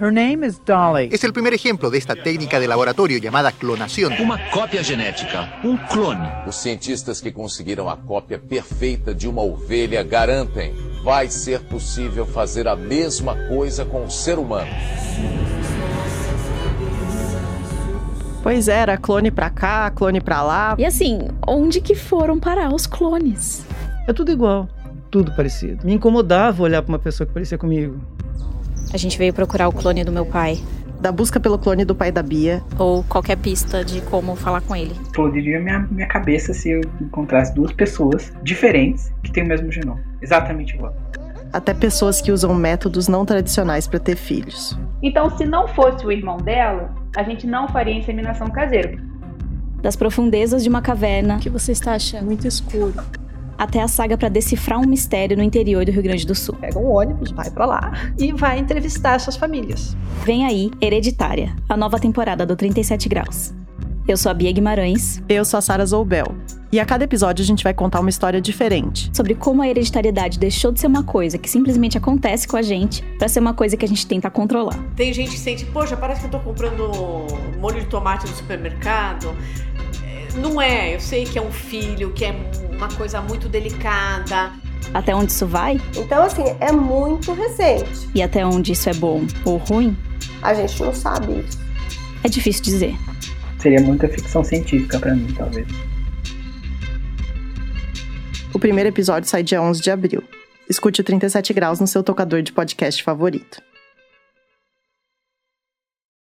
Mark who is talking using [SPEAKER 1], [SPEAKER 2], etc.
[SPEAKER 1] Her name is Dolly.
[SPEAKER 2] Es el primer ejemplo de esta técnica de laboratorio llamada clonación.
[SPEAKER 3] Uma cópia genética, um clone.
[SPEAKER 4] Os cientistas que conseguiram a cópia perfeita de uma ovelha garantem vai ser possível fazer a mesma coisa com o ser humano.
[SPEAKER 5] Pois é, era, clone pra cá, clone pra lá.
[SPEAKER 6] E assim, onde que foram parar os clones?
[SPEAKER 7] É tudo igual, tudo parecido. Me incomodava olhar pra uma pessoa que parecia comigo.
[SPEAKER 8] A gente veio procurar o clone do meu pai.
[SPEAKER 5] Da busca pelo clone do pai da Bia.
[SPEAKER 8] Ou qualquer pista de como falar com ele.
[SPEAKER 9] Explodiria minha, minha cabeça se eu encontrasse duas pessoas diferentes que têm o mesmo genoma. Exatamente igual.
[SPEAKER 5] Até pessoas que usam métodos não tradicionais para ter filhos.
[SPEAKER 10] Então, se não fosse o irmão dela, a gente não faria inseminação caseira.
[SPEAKER 8] Das profundezas de uma caverna.
[SPEAKER 11] O que você está achando?
[SPEAKER 12] Muito escuro
[SPEAKER 8] até a saga para decifrar um mistério no interior do Rio Grande do Sul.
[SPEAKER 12] Pega um ônibus, vai para lá e vai entrevistar essas famílias.
[SPEAKER 8] Vem aí Hereditária, a nova temporada do 37 Graus. Eu sou a Bia Guimarães.
[SPEAKER 5] Eu sou a Sara Zoubel. E a cada episódio a gente vai contar uma história diferente.
[SPEAKER 8] Sobre como a hereditariedade deixou de ser uma coisa que simplesmente acontece com a gente para ser uma coisa que a gente tenta controlar.
[SPEAKER 13] Tem gente que sente, poxa, parece que eu tô comprando molho de tomate no supermercado. Não é, eu sei que é um filho, que é uma coisa muito delicada.
[SPEAKER 8] Até onde isso vai?
[SPEAKER 14] Então, assim, é muito recente.
[SPEAKER 8] E até onde isso é bom ou ruim?
[SPEAKER 14] A gente não sabe isso.
[SPEAKER 8] É difícil dizer.
[SPEAKER 9] Seria muita ficção científica para mim, talvez.
[SPEAKER 5] O primeiro episódio sai dia 11 de abril. Escute o 37 Graus no seu tocador de podcast favorito.